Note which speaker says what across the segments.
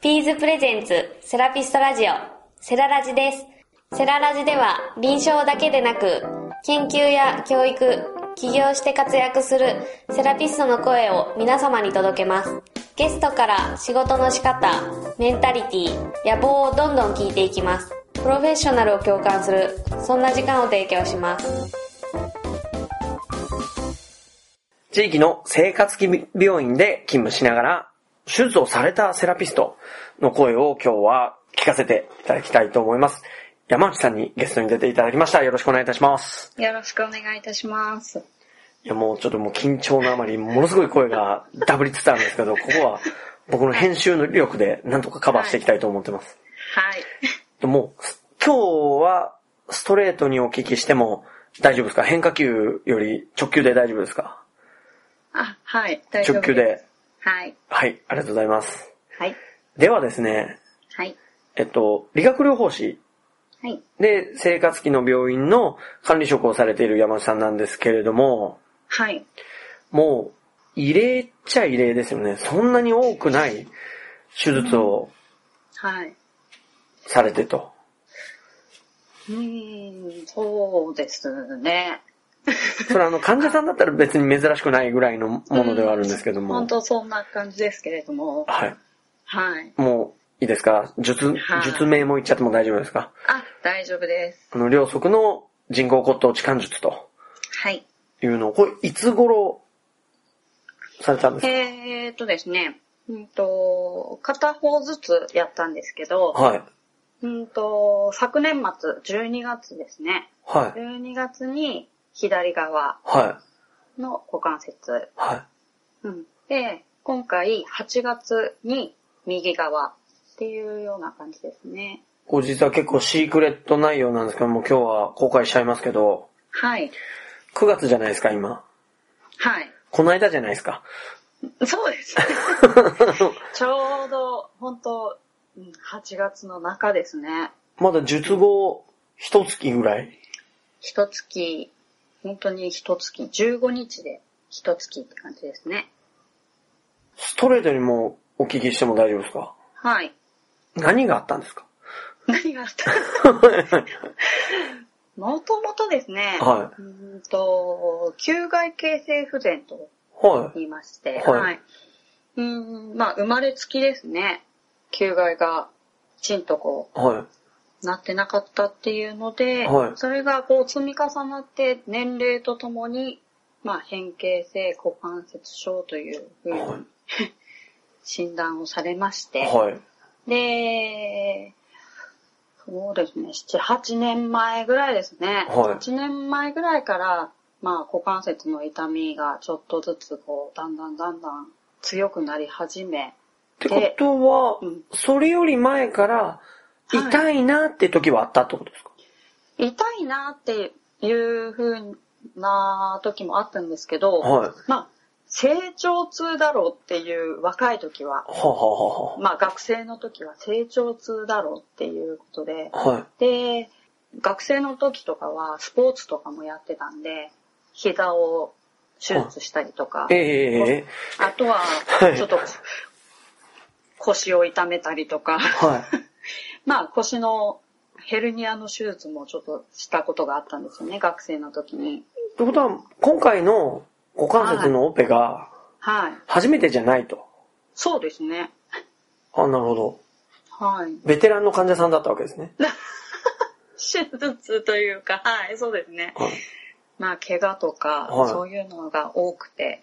Speaker 1: ピーズプレゼンツセラピストラジオセララジです。セララジでは臨床だけでなく研究や教育、起業して活躍するセラピストの声を皆様に届けます。ゲストから仕事の仕方、メンタリティ、野望をどんどん聞いていきます。プロフェッショナルを共感する、そんな時間を提供します。
Speaker 2: 地域の生活病院で勤務しながら、手術をされたセラピストの声を今日は聞かせていただきたいと思います。山内さんにゲストに出ていただきました。よろしくお願いいたします。
Speaker 3: よろしくお願いいたします。
Speaker 2: いや、もうちょっともう緊張のあまり、ものすごい声がダブりつつあるんですけど、ここは僕の編集の力でなんとかカバーしていきたいと思ってます。
Speaker 3: はい。
Speaker 2: でもう、今日はストレートにお聞きしても大丈夫ですか変化球より直球で大丈夫ですか
Speaker 3: あ、はい。大丈夫
Speaker 2: 直球で。
Speaker 3: はい。
Speaker 2: はい、ありがとうございます。
Speaker 3: はい。
Speaker 2: ではですね、
Speaker 3: はい。
Speaker 2: えっと、理学療法士
Speaker 3: はい。
Speaker 2: で生活期の病院の管理職をされている山内さんなんですけれども、
Speaker 3: はい。
Speaker 2: もう異例っちゃ異例ですよね。そんなに多くない手術を
Speaker 3: はい。
Speaker 2: されてと。
Speaker 3: うーん、そうですね。
Speaker 2: それはあの患者さんだったら別に珍しくないぐらいのものではあるんですけども。
Speaker 3: 本当そんな感じですけれども。
Speaker 2: はい。
Speaker 3: はい。
Speaker 2: もういいですか術
Speaker 3: はい、
Speaker 2: 術名も言っちゃっても大丈夫ですか
Speaker 3: あ、大丈夫です。
Speaker 2: あの、両側の人工骨頭置換術と
Speaker 3: はい。
Speaker 2: いうのを、これいつ頃されたんです
Speaker 3: えーっとですね。うんと、片方ずつやったんですけど
Speaker 2: か、はい。
Speaker 3: うんと、昨年末、12月ですね。
Speaker 2: はい。
Speaker 3: 12月に左側
Speaker 2: はい。
Speaker 3: の股関節
Speaker 2: はい。
Speaker 3: うん。で、今回8月に右側っていうような感じですね。
Speaker 2: これ実は結構シークレット内容なんですけども、今日は公開しちゃいますけど、
Speaker 3: はい。
Speaker 2: 9月じゃないですか、今。
Speaker 3: はい。
Speaker 2: この間じゃないですか。
Speaker 3: そう です。ちょうど、本当うん8月の中ですね。
Speaker 2: まだ術後、一月ぐらい。
Speaker 3: 一月、本当に一月、15日で一月って感じですね。
Speaker 2: ストレートにもうお聞きしても大丈夫ですか
Speaker 3: はい。
Speaker 2: 何があったんですか
Speaker 3: 何があ ったもともとですね、
Speaker 2: は
Speaker 3: うーんと、球外形成不全と
Speaker 2: い。はい。
Speaker 3: 言いまして、
Speaker 2: はい
Speaker 3: うーん、まあ、生まれつきですね。球害が、きちんとこ
Speaker 2: は
Speaker 3: う、なってなかったっていうので、
Speaker 2: はい
Speaker 3: それがこう、積み重なって、年齢とともに、まあ、変形性股関節症というふ
Speaker 2: い。
Speaker 3: う
Speaker 2: は
Speaker 3: に診断をされまし
Speaker 2: い。
Speaker 3: て、
Speaker 2: はい。
Speaker 3: で、そうですね、7、8年前ぐらいですね。
Speaker 2: はい
Speaker 3: 8年前ぐらいから、まあ、股関節の痛みがちょっとずつ、こう、だんだんだんだん強くなり始め、
Speaker 2: ってことは
Speaker 3: う、ん
Speaker 2: それより前から、
Speaker 3: はい
Speaker 2: 痛いなって時はあったってことですか、
Speaker 3: 痛いなっていう風な時もあったんですけど、
Speaker 2: はい、
Speaker 3: まあ、成長痛だろうっていう若い時は、
Speaker 2: ははは
Speaker 3: まあ、学生の時は成長痛だろうっていうことで、
Speaker 2: は。はい。
Speaker 3: で、学生の時とかはスポーツとかもやってたんで、膝を手術したりとか、
Speaker 2: えええええ
Speaker 3: あとは
Speaker 2: はい、
Speaker 3: ちょっと腰を痛めたりとか、
Speaker 2: えはい。
Speaker 3: まあ腰のヘルニアの手術もちょっとしたことがあったんですよね、学生の時に。
Speaker 2: ってことは、今回の股関節のオペが
Speaker 3: はい。
Speaker 2: 初めてじゃないと。
Speaker 3: そうですね。
Speaker 2: あ、なるほど。
Speaker 3: はい。
Speaker 2: ベテランの患者さんだったわけですね。
Speaker 3: 手術というか、はい、そうですね。
Speaker 2: はい。
Speaker 3: まあ、怪我とか、
Speaker 2: はい
Speaker 3: そういうのが多くて、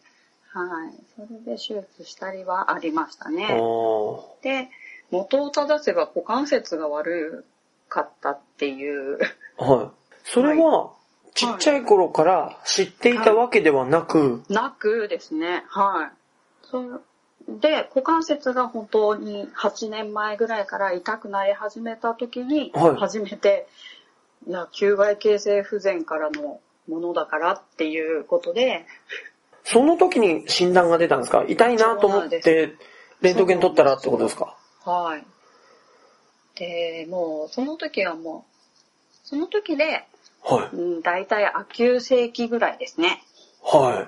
Speaker 3: はい。それで手術したりはありましたね。
Speaker 2: あー
Speaker 3: で、元を正せば股関節が悪かったっていう。
Speaker 2: はい。それは、ちっちゃい頃から知っていたわけではなく、
Speaker 3: なくですね、はい。そうで、股関節が本当に8年前ぐらいから痛くなり始めた時に、
Speaker 2: はい
Speaker 3: 初めて、いや、球外形成不全からのものだからっていうことで、
Speaker 2: その時に診断が出たんですか痛いなと思っ
Speaker 3: そう
Speaker 2: て、レントゲン取ったらってことですか
Speaker 3: はい。で、もう、その時はもう、その時で、
Speaker 2: はい。
Speaker 3: うん、大体、亜急性期ぐらいですね。
Speaker 2: はい。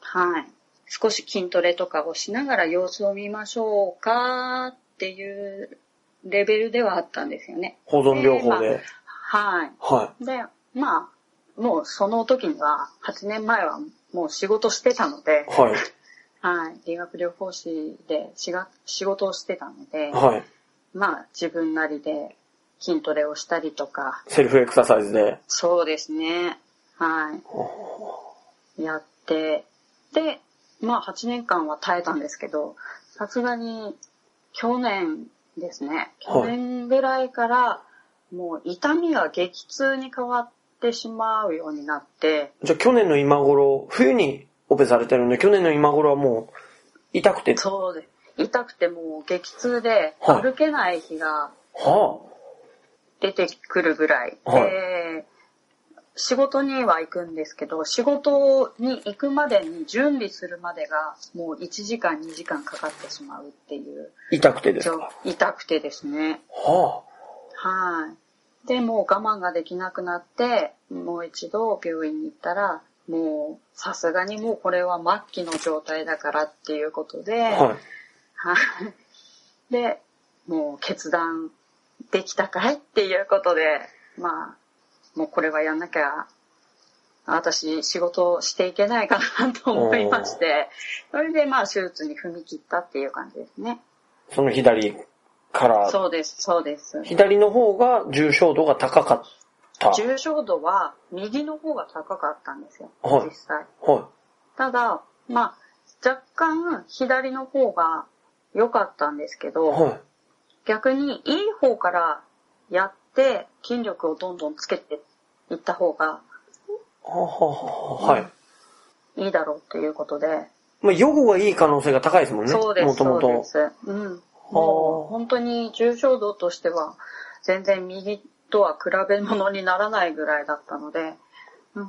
Speaker 3: はい。少し筋トレとかをしながら様子を見ましょうかっっていうレベルではあったんですよね。
Speaker 2: 保存療法
Speaker 3: え
Speaker 2: で。
Speaker 3: はい。
Speaker 2: は
Speaker 3: で、まあ、もうその時には、8年前はもう仕事してたので
Speaker 2: い。、はい。
Speaker 3: はい、理学療法士でしが仕事をしてたので、
Speaker 2: はい。
Speaker 3: まあ自分なりで筋トレをしたりとか、
Speaker 2: セルフエクササイズで。
Speaker 3: そうですね、はい、やって、で、まあ8年間は耐えたんですけど、さすがに去年ですね、去年ぐらいからもう痛みが激痛に変わってしまうようになって、
Speaker 2: じゃあ去年の今頃、冬にオペされてるんで、去年の今頃はもう、痛くて。
Speaker 3: そうです。痛くてもう激痛で
Speaker 2: はい
Speaker 3: 歩けない日が
Speaker 2: は
Speaker 3: 出てくるぐらい、
Speaker 2: はい
Speaker 3: で仕事には行くんですけど仕事に行くまでに準備するまでがもう1時間2時間かかってしまうっていう
Speaker 2: あ、痛くてです
Speaker 3: ち
Speaker 2: か。
Speaker 3: ょ痛くてですね
Speaker 2: は
Speaker 3: はいでもう我慢ができなくなってもう一度病院に行ったらもうさすがにもうこれは末期の状態だからっていうことで、
Speaker 2: あ。はい。
Speaker 3: はい。で、もう決断できたかいっていうことで、まあ、もうこれはやんなきゃ、私仕事していけないかなと思いまして、それでまあ手術に踏み切ったっていう感じですね。
Speaker 2: その左から、
Speaker 3: そうです、そうです。
Speaker 2: 左の方が重症度が高かった。はい。
Speaker 3: 重症度は右の方が高かったんですよ、
Speaker 2: はい
Speaker 3: 実際。ただ、まあ、若干左の方が良かったんですけど、
Speaker 2: は
Speaker 3: 逆にいい方からやって筋力をどんどんつけていった方が
Speaker 2: い。はあはあはあはい。
Speaker 3: いいだろうということで、
Speaker 2: まあ、予後がいい可能性が高いですもんね。
Speaker 3: そうで
Speaker 2: も
Speaker 3: す
Speaker 2: とも
Speaker 3: そうで
Speaker 2: と。
Speaker 3: す、うん、もう本当に重症度としては全然右とは比べ物にならないぐらいだったので、うん、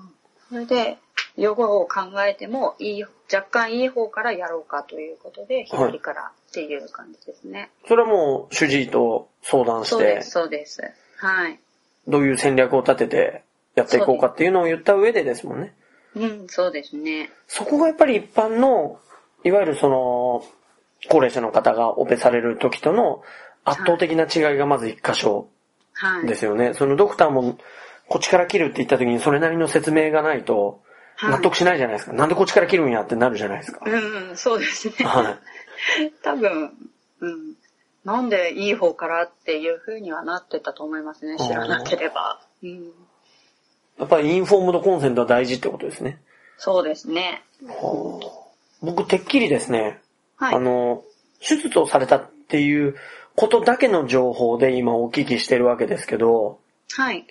Speaker 3: それで予後を考えてもいい若干いい方からやろうかということで
Speaker 2: はい
Speaker 3: 左からっていう感じですね、
Speaker 2: それはもう主治医と相談し
Speaker 3: そうで
Speaker 2: て
Speaker 3: す、そうですはい
Speaker 2: どういう戦略を立ててやっていこうかっていうのを言った上でですもんね。
Speaker 3: うんそうですね
Speaker 2: そこがやっぱり一般の、いわゆるその、高齢者の方がオペされる時との圧倒的な違いがまず一箇所
Speaker 3: はい
Speaker 2: ですよね。そのドクターも、こっちから切るって言った時にそれなりの説明がないと、
Speaker 3: はい
Speaker 2: 納得しないじゃないですか。なんでこっちから切るんやってなるじゃないですか。
Speaker 3: うん、そうですね。
Speaker 2: はい。
Speaker 3: 多分、うん。なんでいい方からっていう風にはなってたと思いますね。知らなければ。うん。
Speaker 2: やっぱりインフォームドコンセントは大事ってことですね。
Speaker 3: そうですね。
Speaker 2: 僕、てっきりですね、
Speaker 3: はい
Speaker 2: あ。の、手術をされたっていうことだけの情報で今お聞きしてるわけですけど、
Speaker 3: はい。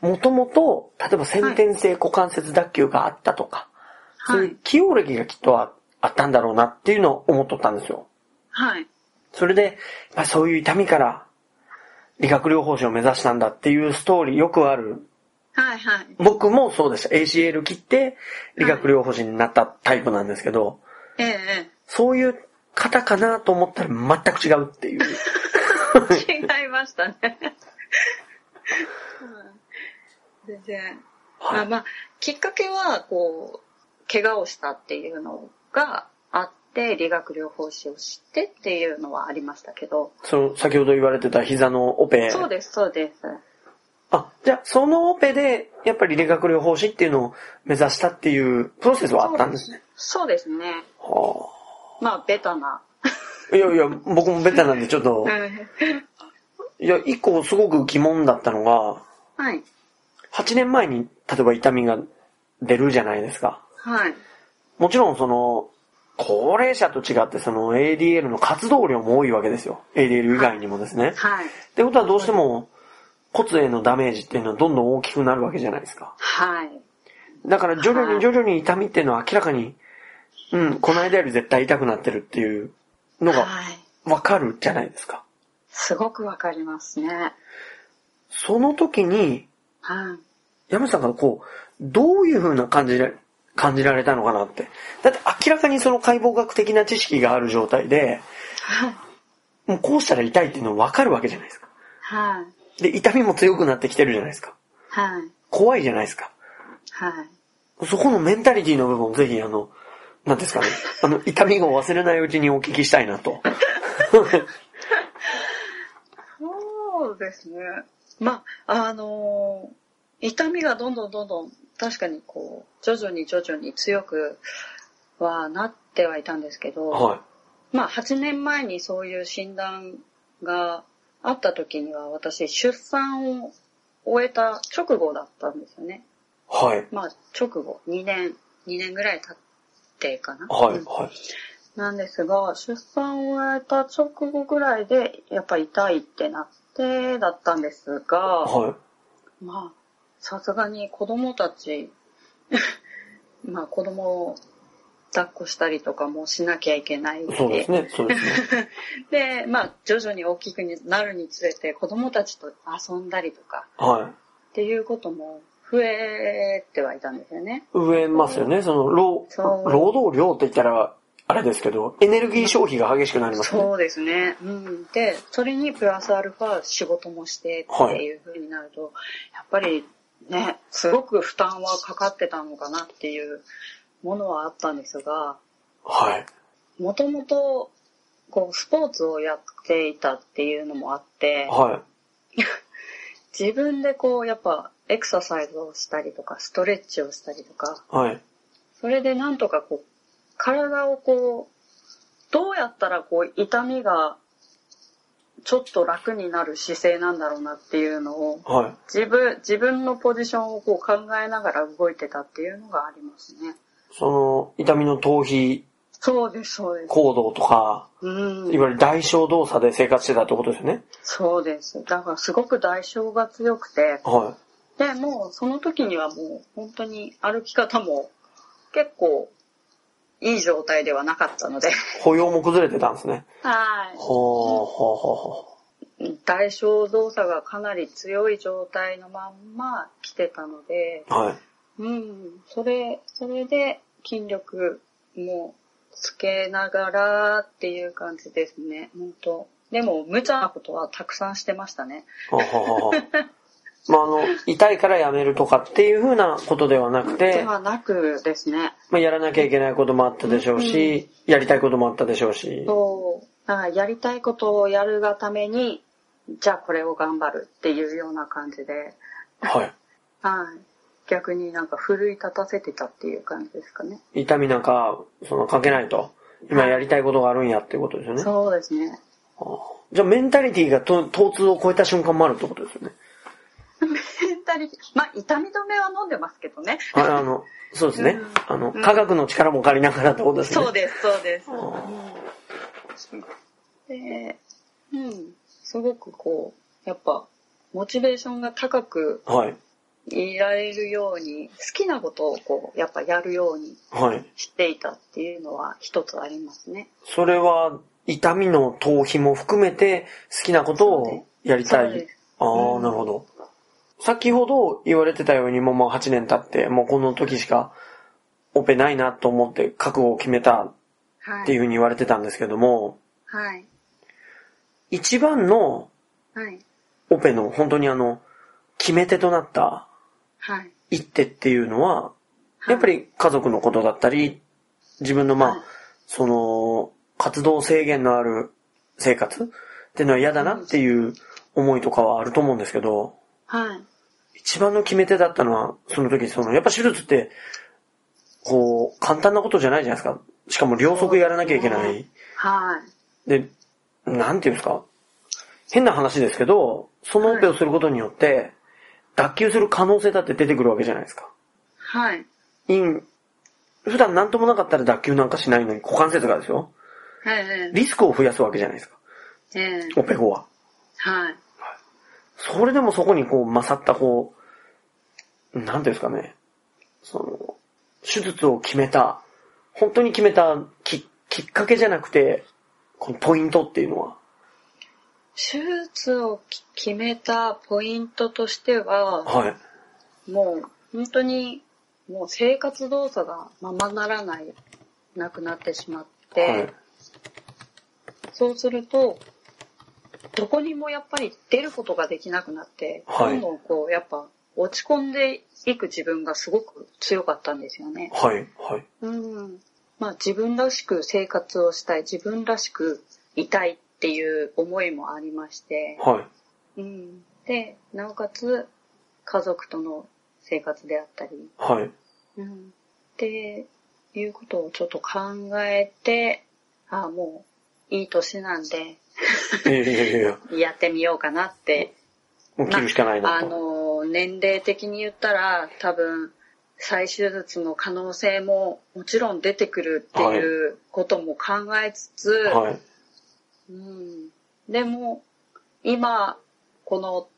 Speaker 2: もともと、例えば先天性股関節脱臼があったとか、そう
Speaker 3: は
Speaker 2: いう
Speaker 3: い。
Speaker 2: 起用歴がきっとああったんだろうなっていうのを思っとったんですよ。
Speaker 3: はい。
Speaker 2: それで、やっぱりそういう痛みから、理学療法士を目指したんだっていうストーリーよくある。
Speaker 3: はい。はい。
Speaker 2: 僕もそうでした。ACL 切って理学療法士になったタイプなんですけど、
Speaker 3: ええ
Speaker 2: そういう方かなと思ったら全く違うっていう。
Speaker 3: ええ。違いましたね。 うん全然。
Speaker 2: はい
Speaker 3: あまあ、きっかけは、こう、怪我をしたっていうのがあって、理学療法士を知ってっていうのはありましたけど。
Speaker 2: その、先ほど言われてた膝のオペ。
Speaker 3: そうです、そうです。
Speaker 2: あ、じゃあ、そのオペで、やっぱり理学療法士っていうのを目指したっていうプロセスはあったんですね。
Speaker 3: そうですね。
Speaker 2: は
Speaker 3: まあ、ベタな。
Speaker 2: あ、いやいや、僕もベタなんでちょっと、いや、一個すごく疑問だったのが、
Speaker 3: はい。
Speaker 2: 8年前に、例えば痛みが出るじゃないですか。
Speaker 3: はい。
Speaker 2: もちろんその、高齢者と違ってその ADL の活動量も多いわけですよ。ADL 以外にもですね。
Speaker 3: はい。
Speaker 2: ってことはどうしても骨へのダメージっていうのはどんどん大きくなるわけじゃないですか。
Speaker 3: はい。
Speaker 2: だから徐々
Speaker 3: は
Speaker 2: に
Speaker 3: い
Speaker 2: 徐々に痛みっていうのは明らかに、うん、この間より絶対痛くなってるっていうのが
Speaker 3: はい。
Speaker 2: わかるじゃないですか。
Speaker 3: すごくわかりますね。
Speaker 2: その時に、
Speaker 3: はい。
Speaker 2: 山下さんがこう、どういう風な感じで、感じられたのかなって。だって明らかにその解剖学的な知識がある状態で、
Speaker 3: はい。
Speaker 2: もうこうしたら痛いっていうのわかるわけじゃないですか。
Speaker 3: はい。
Speaker 2: で、痛みも強くなってきてるじゃないですか。
Speaker 3: はい。
Speaker 2: 怖いじゃないですか。
Speaker 3: はい。
Speaker 2: そこのメンタリティの部分をぜひ、あの、なんですかね、あの、痛みを忘れないうちにお聞きしたいなと。
Speaker 3: そうですね。まあ、あのー痛みがどんどんどんどん、確かにこう、徐々に徐々に強くはなってはいたんですけど、
Speaker 2: は
Speaker 3: まあ、8年前にそういう診断があった時には、私、出産を終えた直後だったんですよね。
Speaker 2: い。はい。
Speaker 3: まあ、直後、2年、2年ぐらい経ってかな。
Speaker 2: はい。
Speaker 3: うん
Speaker 2: はい。
Speaker 3: なんですが、出産を終えた直後ぐらいで、やっぱ痛いってなってだったんですが、
Speaker 2: はい。
Speaker 3: まあ、さすがに子供たち、 まあ子供を抱っこしたりとかもしなきゃいけないん
Speaker 2: そうですね。そうですね。
Speaker 3: で、まあ徐々に大きくなるにつれて子供たちと遊んだりとか
Speaker 2: はい。
Speaker 3: っていうことも増えてはいたんですよね。
Speaker 2: 増えますよね。その、労、
Speaker 3: そう
Speaker 2: 労働量って言ったら、あれですけど、エネルギー消費が激しくなりますね。
Speaker 3: そうですね。うん。で、それにプラスアルファ仕事もしてっていう風になると、やっぱりね、すごく負担はかかってたのかなっていうものはあったんですが、
Speaker 2: はい。
Speaker 3: もともと、こう、スポーツをやっていたっていうのもあって、
Speaker 2: は
Speaker 3: 自分でこう、やっぱ、エクササイズをしたりとか、ストレッチをしたりとか、
Speaker 2: い。はい。
Speaker 3: それでなんとかこう、体をこう、どうやったらこう、痛みが、ちょっと楽になる姿勢なんだろうなっていうのを、
Speaker 2: はい。
Speaker 3: 自分、自分のポジションをこう考えながら動いてたっていうのがありますね。
Speaker 2: その、痛みの逃避
Speaker 3: そうです、そうです。
Speaker 2: 行動とか、
Speaker 3: うん。
Speaker 2: いわゆる代償動作で生活してたってことですよね。
Speaker 3: そうです。だからすごく代償が強くて、
Speaker 2: は
Speaker 3: で、もうその時にはもう本当に歩き方も結構いい状態ではなかったので、
Speaker 2: い。歩様も崩れてたんですね。
Speaker 3: は
Speaker 2: ほうほうほうほ
Speaker 3: い。代償動作がかなり強い状態のまんま来てたので、
Speaker 2: う。はい。
Speaker 3: うん、それ、それで筋力もつけながらっていう感じですね、本当でも、無茶なことはたくさんしてましたね。
Speaker 2: ほうほうほうほう。まあ、あの、痛いからやめるとかっていうふうなことではなく
Speaker 3: で
Speaker 2: て、
Speaker 3: はなくですね、
Speaker 2: まあ、やらなきゃいけないこともあったでしょうし、やりたいこともあったでしょうし。
Speaker 3: そう。だからやりたいことをやるがために、じゃあこれを頑張るっていうような感じで、
Speaker 2: はい。
Speaker 3: はい。逆になんか奮い立たせてたっていう感じですかね。
Speaker 2: 痛みなんか、その、かけないと。今やりたいことがあるんやっていうことですよね。
Speaker 3: そうですね。
Speaker 2: じゃあ、メンタリティがと疼痛を超えた瞬間もあるってことですよね。
Speaker 3: メンタリティまあ、痛み止めは飲んでますけどね。
Speaker 2: ああの、そうですね
Speaker 3: うん。
Speaker 2: あの、
Speaker 3: うん
Speaker 2: 科学の力も借りながらってことですね。
Speaker 3: そうです、そうです。
Speaker 2: あ
Speaker 3: で、うん。すごくこう、やっぱ、モチベーションが高く
Speaker 2: ーはい。
Speaker 3: いられるように、好きなことをこう、やっぱやるように
Speaker 2: はい。
Speaker 3: していたっていうのは一つありますね。
Speaker 2: それは、痛みの逃避も含めて、好きなことをやりた
Speaker 3: そう
Speaker 2: い
Speaker 3: です。
Speaker 2: ああ、
Speaker 3: うん
Speaker 2: なるほど。先ほど言われてたように、もうもう8年経って、もうこの時しか、オペないなと思って覚悟を決めたっ
Speaker 3: は
Speaker 2: ていうふうに言われてたんですけども、
Speaker 3: はい。
Speaker 2: 一番の
Speaker 3: はい。
Speaker 2: オペの本当にあの、決め手となった
Speaker 3: はい。
Speaker 2: 一手っていうのは、やっぱり家族のことだったり、自分のまあ、
Speaker 3: はい
Speaker 2: その、活動制限のある生活っていうのは嫌だなっていう思いとかはあると思うんですけど、
Speaker 3: はい。
Speaker 2: 一番の決め手だったのは、その時、その、やっぱ手術って、こう、簡単なことじゃないじゃないですか。しかも両足やらなきゃいけない。
Speaker 3: はい。
Speaker 2: で、なんていうんですか。変な話ですけど、そのオペをすることによって、脱臼する可能性だって出てくるわけじゃないですか。
Speaker 3: はい。
Speaker 2: イン、普段なんともなかったら脱臼なんかしないのに股関節がですよ。
Speaker 3: はい。
Speaker 2: リスクを増やすわけじゃないですか。
Speaker 3: ええ
Speaker 2: オペ後は。
Speaker 3: はい。
Speaker 2: それでもそこにこう勝ったこう、なんていうんですかね。その、手術を決めた、本当に決めたききっかけじゃなくて、このポイントっていうのは。
Speaker 3: 手術をき決めたポイントとしては、
Speaker 2: はい。
Speaker 3: もう本当にもう生活動作がままならない、なくなってしまって、
Speaker 2: はい。
Speaker 3: そうすると、どこにもやっぱり出ることができなくなって、
Speaker 2: はい
Speaker 3: どんどんこう、やっぱ落ち込んでいく自分がすごく強かったんですよね。
Speaker 2: はい。はい。
Speaker 3: うん。まあ自分らしく生活をしたい、自分らしくいたいっていう思いもありまして、
Speaker 2: はい。
Speaker 3: うん。で、なおかつ、家族との生活であったり、
Speaker 2: はい。
Speaker 3: うん。っていうことをちょっと考えて、ああ、もう、いい年なんで、
Speaker 2: いやいやいやいや、
Speaker 3: やってみようかなって。
Speaker 2: もう切るしかない
Speaker 3: まあ
Speaker 2: な
Speaker 3: あ
Speaker 2: と。
Speaker 3: の、年齢的に言ったら、多分、再手術の可能性ももちろん出てくるっていうことも考えつつ、
Speaker 2: はい。
Speaker 3: うんでも、今、この、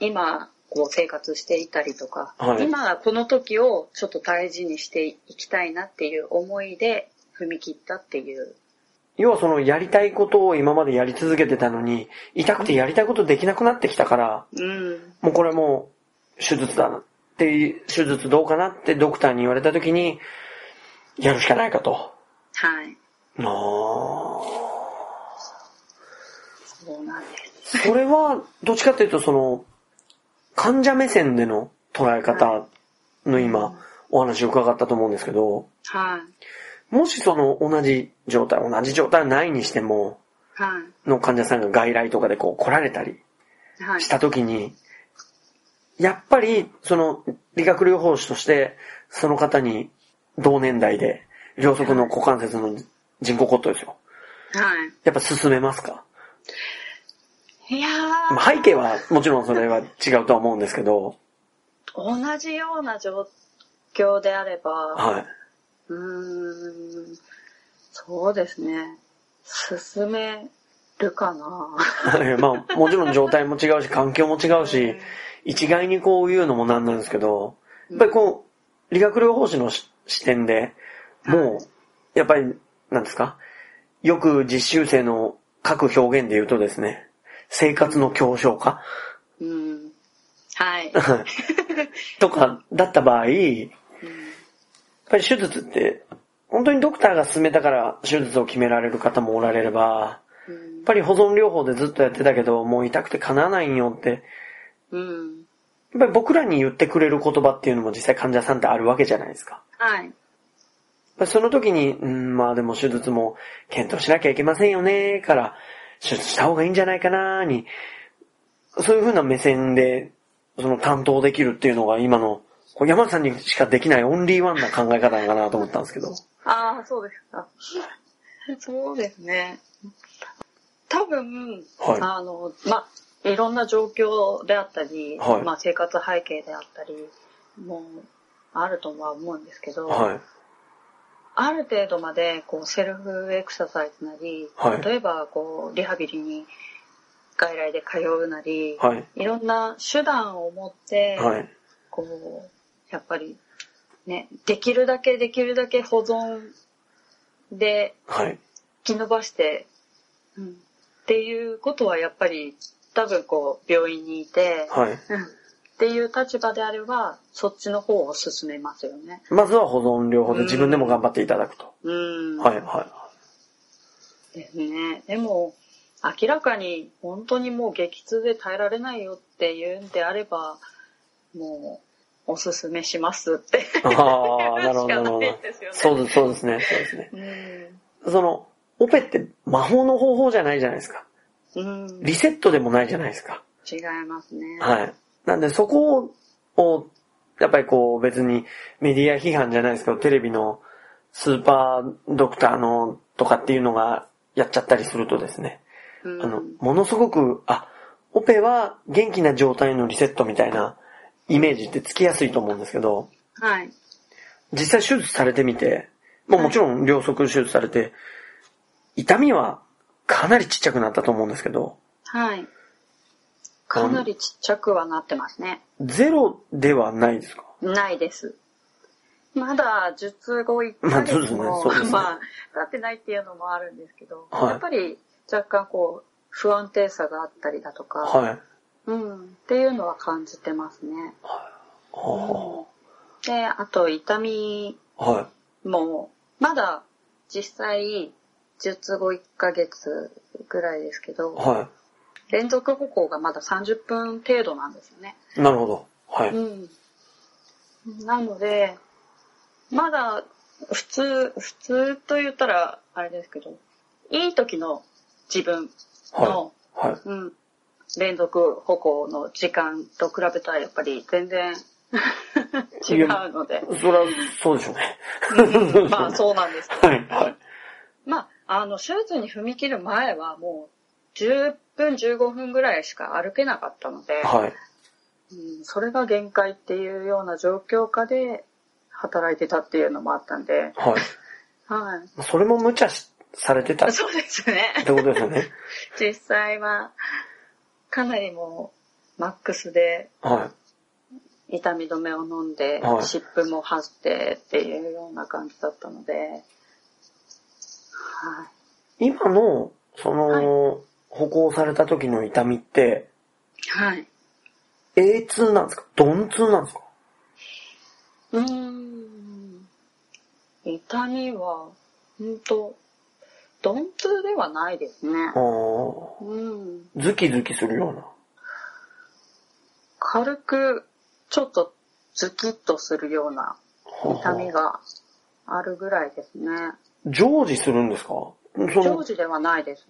Speaker 3: 今、こう生活していたりとか、
Speaker 2: はい
Speaker 3: 今、この時をちょっと大事にしていきたいなっていう思いで踏み切ったっていう。
Speaker 2: 要はそのやりたいことを今までやり続けてたのに、痛くてやりたいことできなくなってきたから、
Speaker 3: うん。
Speaker 2: もうこれもう手術だなって、手術どうかなってドクターに言われた時に、やるしかないかと。
Speaker 3: はい。
Speaker 2: なあ
Speaker 3: そうなんです。
Speaker 2: それは、どっちかっていうとその、患者目線での捉え方の今、お話を伺ったと思うんですけど、
Speaker 3: はい。
Speaker 2: もしその同じ状態、同じ状態はないにしても、
Speaker 3: は
Speaker 2: の患者さんが外来とかでこう来られたり
Speaker 3: い。はい
Speaker 2: し。た時に、やっぱり、その、理学療法士として、その方に、同年代で、両側の股関節の人工骨頭ですよ。
Speaker 3: は
Speaker 2: やっぱ進めますか
Speaker 3: い。いや
Speaker 2: まあ背景は、もちろんそれは違うとは思うんですけど、
Speaker 3: ー、同じような状況であれば、
Speaker 2: は
Speaker 3: うーん、そうですね。進めるかな。
Speaker 2: い。まあ、もちろん状態も違うし、環境も違うし、一概にこう言うのもなんなんですけど、やっぱりこう、理学療法士のし視点で、もう、やっぱり、なんですかよく実習生の各表現で言うとですね、生活の強症化
Speaker 3: うん。はい。
Speaker 2: とかだった場合、やっ
Speaker 3: うん
Speaker 2: ぱり手術って、本当にドクターが勧めたから手術を決められる方もおられれば、
Speaker 3: う
Speaker 2: や
Speaker 3: ん
Speaker 2: っぱり保存療法でずっとやってたけど、もう痛くて叶わないんよって、
Speaker 3: うん。
Speaker 2: やっぱり僕らに言ってくれる言葉っていうのも実際患者さんってあるわけじゃないですか。
Speaker 3: はい。
Speaker 2: その時に、うん、まあでも手術も検討しなきゃいけませんよね、から、手術した方がいいんじゃないかな、に、そういう風な目線で、その担当できるっていうのが今の、こう山田さんにしかできないオンリーワンな考え方かなと思ったんですけど。
Speaker 3: ああ、そうですか。 そうですね。多分、
Speaker 2: はい
Speaker 3: あの、まあ、いろんな状況であったり、
Speaker 2: はい
Speaker 3: まあ、生活背景であったり、もう、あるとは思うんですけど、
Speaker 2: はい。
Speaker 3: ある程度まで、こう、セルフエクササイズなり、
Speaker 2: はい
Speaker 3: 例えば、こう、リハビリに外来で通うなり、
Speaker 2: はい。
Speaker 3: い、ろんな手段を持って、
Speaker 2: はい。
Speaker 3: こう、やっぱり、ね、できるだけできるだけ保存で
Speaker 2: はい。
Speaker 3: 引き延ばして、うん、っていうことはやっぱり多分こう病院にいて、
Speaker 2: はい。
Speaker 3: うん、っていう立場であればそっちの方を進めますよね。
Speaker 2: まずは保存療法で自分でも頑張っていただくと。
Speaker 3: うん。
Speaker 2: はい。は
Speaker 3: ですね。でも明らかに本当にもう激痛で耐えられないよっていうんであれば、もうおすすめしますって。
Speaker 2: い。ああ、なるほど、なるほ
Speaker 3: しかな
Speaker 2: ど
Speaker 3: いですよ。ね
Speaker 2: そうです、そうですね。そうですね。
Speaker 3: うん。
Speaker 2: その、オペって魔法の方法じゃないじゃないですか。
Speaker 3: うん。
Speaker 2: リセットでもないじゃないですか。
Speaker 3: 違いますね。
Speaker 2: はい。なんでそこを、やっぱりこう別にメディア批判じゃないですけど、テレビのスーパードクターのとかっていうのがやっちゃったりするとですね、
Speaker 3: うん、
Speaker 2: あの、ものすごく、あ、オペは元気な状態のリセットみたいなイメージってつきやすいと思うんですけど、
Speaker 3: はい。
Speaker 2: 実際手術されてみて、もうもちろん両側手術されて、痛みはかなりちっちゃくなったと思うんですけど、
Speaker 3: はい。かなりちっちゃくはなってますね。
Speaker 2: ゼロではないですか
Speaker 3: ないです。まだ術後1
Speaker 2: まあ
Speaker 3: ヶ
Speaker 2: そうです
Speaker 3: 月
Speaker 2: ね
Speaker 3: も、
Speaker 2: そうですね
Speaker 3: まあ、経ってないっていうのもあるんですけど、
Speaker 2: はい
Speaker 3: やっぱり若干こう、不安定さがあったりだとか、
Speaker 2: はい。
Speaker 3: うん、っていうのは感じてますね。
Speaker 2: は
Speaker 3: で、あと痛み
Speaker 2: あ、は
Speaker 3: も、まだ実際、術後1ヶ月ぐらいですけ
Speaker 2: い。
Speaker 3: ど、
Speaker 2: は
Speaker 3: 連続歩行がまだ30分程度なんですよね。
Speaker 2: い。なるほど。はい。
Speaker 3: うん。なので、まだ普通、普通と言ったらあれですけど、いい時の自分の、
Speaker 2: はい。はい。
Speaker 3: うん、連続歩行の時間と比べたらやっぱり全然 違うので。
Speaker 2: それは、そうでしょうね。
Speaker 3: まあそうな んですけど。
Speaker 2: はい、はい。
Speaker 3: まあ、あの、手術に踏み切る前はもう10分15分ぐらいしか歩けなかったので、
Speaker 2: はい。
Speaker 3: うん、それが限界っていうような状況下で働いてたっていうのもあったんで、
Speaker 2: はい。
Speaker 3: は
Speaker 2: それも無茶しされてたっ
Speaker 3: い。
Speaker 2: て
Speaker 3: そうですね。
Speaker 2: ことですよね。
Speaker 3: 実際は、かなりもう、マックスで
Speaker 2: は
Speaker 3: 痛み止めを飲んで、
Speaker 2: はい
Speaker 3: 湿布も貼ってっていうような感じだったので、はい。
Speaker 2: い。今の、その、
Speaker 3: はい
Speaker 2: 歩行された時の痛みって、
Speaker 3: はい。
Speaker 2: A 痛なんですか鈍痛なんですか
Speaker 3: うーん。痛みは、ほんと、鈍痛ではないですね
Speaker 2: あ。あ、
Speaker 3: うん。
Speaker 2: ズキズキするような。
Speaker 3: 軽く、ちょっと、ズキッとするような
Speaker 2: はあ
Speaker 3: 痛みがあるぐらいですね。
Speaker 2: 常時するんですかそ
Speaker 3: 常
Speaker 2: の
Speaker 3: 時ではないです。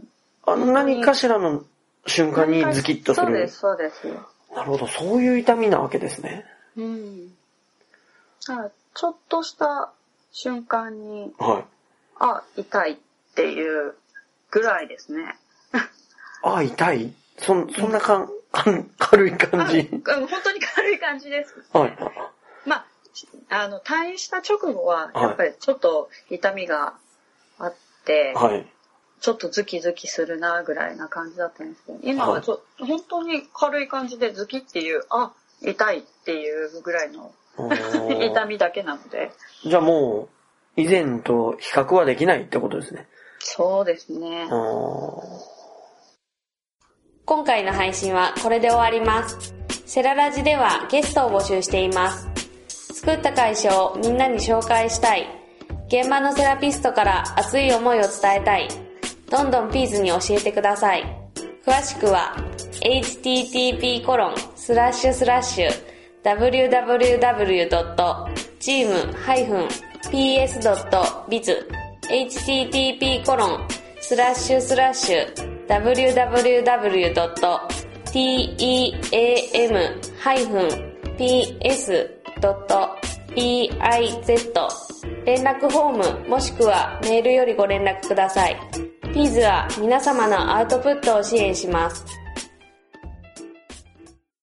Speaker 2: あの何かしらの瞬間にズキッとす
Speaker 3: そうで
Speaker 2: る
Speaker 3: す、。そうです。
Speaker 2: なるほど、そういう痛みなわけですね。
Speaker 3: うん。だからちょっとした瞬間に、
Speaker 2: はい。
Speaker 3: あ、痛いっていうぐらいですね。
Speaker 2: あ、痛いそんそんなかんかん軽い
Speaker 3: あ
Speaker 2: 感
Speaker 3: うん
Speaker 2: じ。
Speaker 3: 本当に軽い感じです。
Speaker 2: はい。
Speaker 3: まあ、あの、退院した直後は、
Speaker 2: はい
Speaker 3: やっぱりちょっと痛みがあって、
Speaker 2: はい。
Speaker 3: ちょっとズキズキするなぐらいな感じだったんですけど、今
Speaker 2: は
Speaker 3: はいちょ、本当に軽い感じでズキっていう、あ、痛いっていうぐらいの
Speaker 2: おー
Speaker 3: 痛みだけなので、
Speaker 2: じゃあもう、以前と比較はできないってことですね。
Speaker 3: そうですね
Speaker 2: あ。ー
Speaker 1: 今回の配信はこれで終わります。セララジではゲストを募集しています。作った会社をみんなに紹介したい。現場のセラピストから熱い思いを伝えたい。どんどんピーズに教えてください。詳しくは http://www.team-ps.biz http コロンスラッシュスラッシュ www.team-ps.biz 連絡フォームもしくはメールよりご連絡ください。ピーズは皆様のアウトプットを支援します。